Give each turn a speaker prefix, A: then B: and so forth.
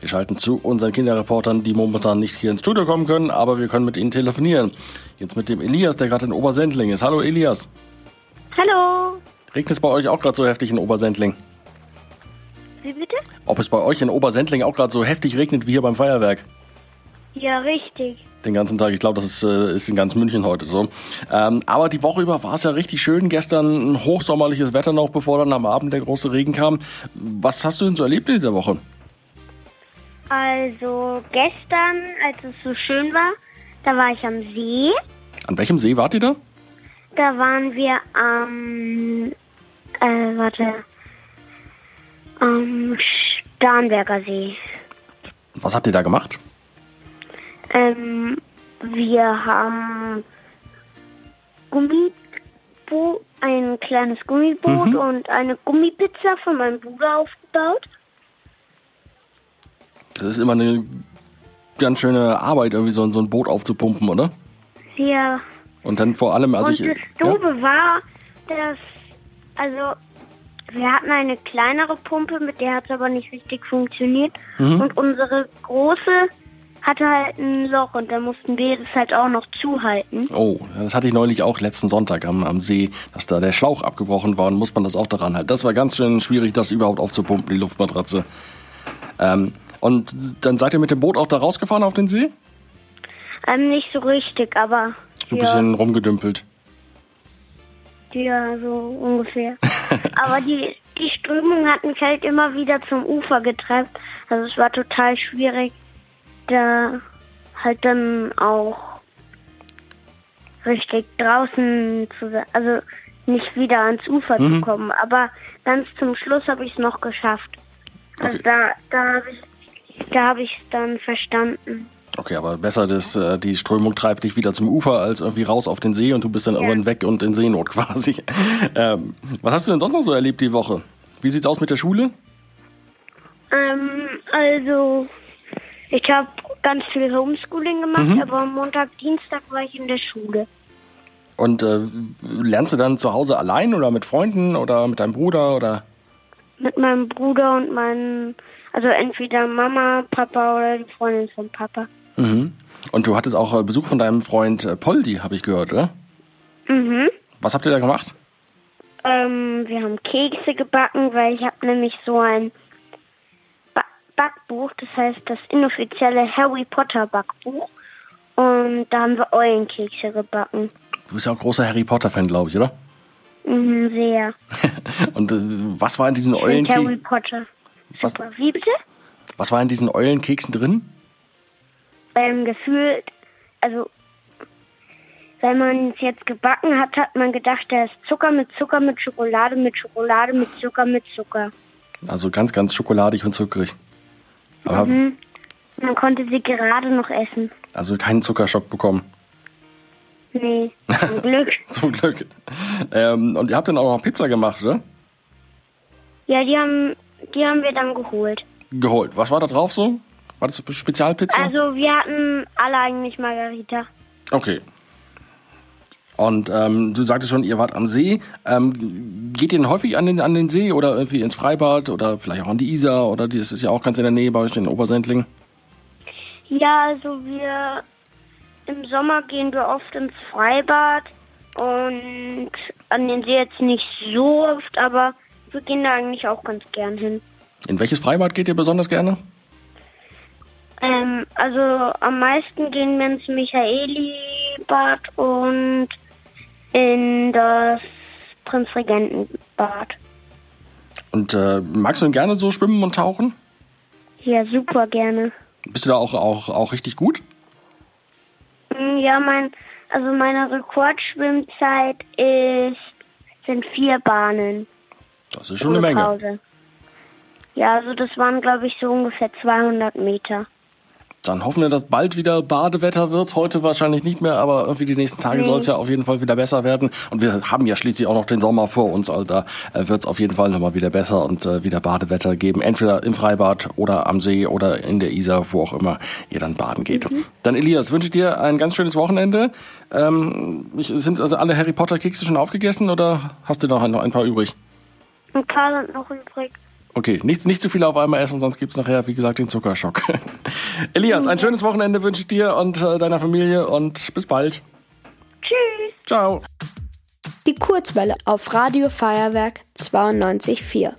A: Wir schalten zu unseren Kinderreportern, die momentan nicht hier ins Studio kommen können, aber wir können mit ihnen telefonieren. Jetzt mit dem Elias, der gerade in Obersendling ist. Hallo Elias.
B: Hallo.
A: Regnet es bei euch auch gerade so heftig in Obersendling?
B: Wie bitte?
A: Ob es bei euch in Obersendling auch gerade so heftig regnet wie hier beim Feuerwerk?
B: Ja, richtig.
A: Den ganzen Tag. Ich glaube, das ist, äh, ist in ganz München heute so. Ähm, aber die Woche über war es ja richtig schön. Gestern ein hochsommerliches Wetter noch, bevor dann am Abend der große Regen kam. Was hast du denn so erlebt in dieser Woche?
B: Also gestern, als es so schön war, da war ich am See.
A: An welchem See wart ihr da?
B: Da waren wir am, äh, warte, am Starnberger See.
A: Was habt ihr da gemacht?
B: Ähm, wir haben Gummiboot, ein kleines Gummiboot und eine Gummipizza von meinem Bruder aufgebaut.
A: Das ist immer eine ganz schöne Arbeit, irgendwie so, ein- so ein Boot aufzupumpen, oder?
B: Wir
A: Und dann vor allem, also
B: und
A: ich.
B: das Doofe war, dass, also, wir hatten eine kleinere Pumpe, mit der hat es aber nicht richtig funktioniert.
A: Mhm.
B: Und unsere große hatte halt ein Loch und da mussten wir das halt auch noch zuhalten.
A: Oh, das hatte ich neulich auch letzten Sonntag am, am See, dass da der Schlauch abgebrochen war und muss man das auch daran halten. Das war ganz schön schwierig, das überhaupt aufzupumpen, die Luftmatratze. Ähm, und dann seid ihr mit dem Boot auch da rausgefahren auf den See?
B: Ähm, nicht so richtig, aber
A: So ein
B: ja,
A: bisschen rumgedümpelt.
B: ja, so ungefähr. aber die, die Strömung hat mich halt immer wieder zum Ufer getreibt. Also es war total schwierig, da halt dann auch richtig draußen zu sein. Also nicht wieder ans Ufer zu kommen. Aber ganz zum Schluss habe ich es noch geschafft. Also
A: Okay.
B: da, da habe ich da habe ich es dann verstanden.
A: Okay, aber besser, dass äh, die Strömung treibt dich wieder zum Ufer, als irgendwie raus auf den See und du bist dann irgendwann weg und in Seenot quasi. Ähm, was hast du denn sonst noch so erlebt die Woche? Wie sieht's aus mit der Schule?
B: Ähm, also, ich habe ganz viel Homeschooling gemacht, aber am Montag, Dienstag war ich in der Schule.
A: Und äh, lernst du dann zu Hause allein oder mit Freunden oder mit deinem Bruder oder?
B: Mit meinem Bruder und meinen, also entweder Mama, Papa oder die Freundin von Papa.
A: Mhm. Und du hattest auch äh, Besuch von deinem Freund äh, Poldi, habe ich gehört, oder?
B: Mhm.
A: Was habt ihr da gemacht?
B: Ähm, wir haben Kekse gebacken, weil ich habe nämlich so ein ba Backbuch, das heißt das inoffizielle Harry Potter Backbuch. Und da haben wir Eulenkekse gebacken.
A: Du bist ja auch großer Harry Potter Fan, glaube ich, oder?
B: Mhm, sehr.
A: Und äh, was war in diesen
B: Und Harry
A: Eulenkeksen?
B: Potter.
A: Was-
B: Super. Wie bitte?
A: Was war in diesen Eulenkeksen drin?
B: ähm, gefühlt, also wenn man es jetzt gebacken hat, hat man gedacht, da ist Zucker mit Zucker mit Schokolade mit Schokolade mit Zucker mit Zucker.
A: Also ganz, ganz schokoladig und zuckrig. Aber
B: Man konnte sie gerade noch essen.
A: also keinen Zuckerschock bekommen.
B: Nee, zum Glück.
A: Zum Glück. Ähm, und ihr habt dann auch noch Pizza gemacht, ne? oder?
B: Ja, die haben, die haben wir dann geholt.
A: Geholt. Was war da drauf so? War das Spezialpizza?
B: Also wir hatten alle eigentlich Margarita.
A: Okay. Und ähm, du sagtest schon, ihr wart am See. Ähm, geht ihr denn häufig an den, an den See oder irgendwie ins Freibad oder vielleicht auch an die Isar oder die, das ist ja auch ganz in der Nähe bei euch in Obersendling?
B: Ja, also wir im Sommer gehen wir oft ins Freibad und an den See jetzt nicht so oft, aber wir gehen da eigentlich auch ganz gern hin.
A: In welches Freibad geht ihr besonders gerne?
B: Ähm, also am meisten gehen wir ins Michaeli-Bad und in das Prinzregentenbad.
A: Und äh, magst du denn gerne so schwimmen und tauchen?
B: Ja, super gerne.
A: Bist du da auch, auch, auch richtig gut?
B: Mm, Ja, mein, also meine Rekordschwimmzeit ist, sind vier Bahnen.
A: Das ist schon eine
B: ohne
A: Menge.
B: Pause. Ja, also das waren, glaube ich, so ungefähr 200 Meter.
A: Dann hoffen wir, dass bald wieder Badewetter wird. Heute wahrscheinlich nicht mehr, aber irgendwie die nächsten Tage soll es ja auf jeden Fall wieder besser werden. Und wir haben ja schließlich auch noch den Sommer vor uns. Also da äh, wird es auf jeden Fall nochmal wieder besser und äh, wieder Badewetter geben. Entweder im Freibad oder am See oder in der Isar, wo auch immer ihr dann baden geht. Dann Elias, wünsche ich dir ein ganz schönes Wochenende. Ähm, ich- sind also alle Harry Potter Kekse schon aufgegessen oder hast du noch ein, noch ein paar übrig?
B: Ein paar sind noch übrig.
A: Okay, nicht, nicht zu viel auf einmal essen, sonst gibt's nachher, wie gesagt, den Zuckerschock. Elias, ein schönes Wochenende wünsche ich dir und äh, deiner Familie und bis bald.
B: Tschüss.
A: Ciao.
C: Die Kurzwelle auf Radio Feuerwerk 924.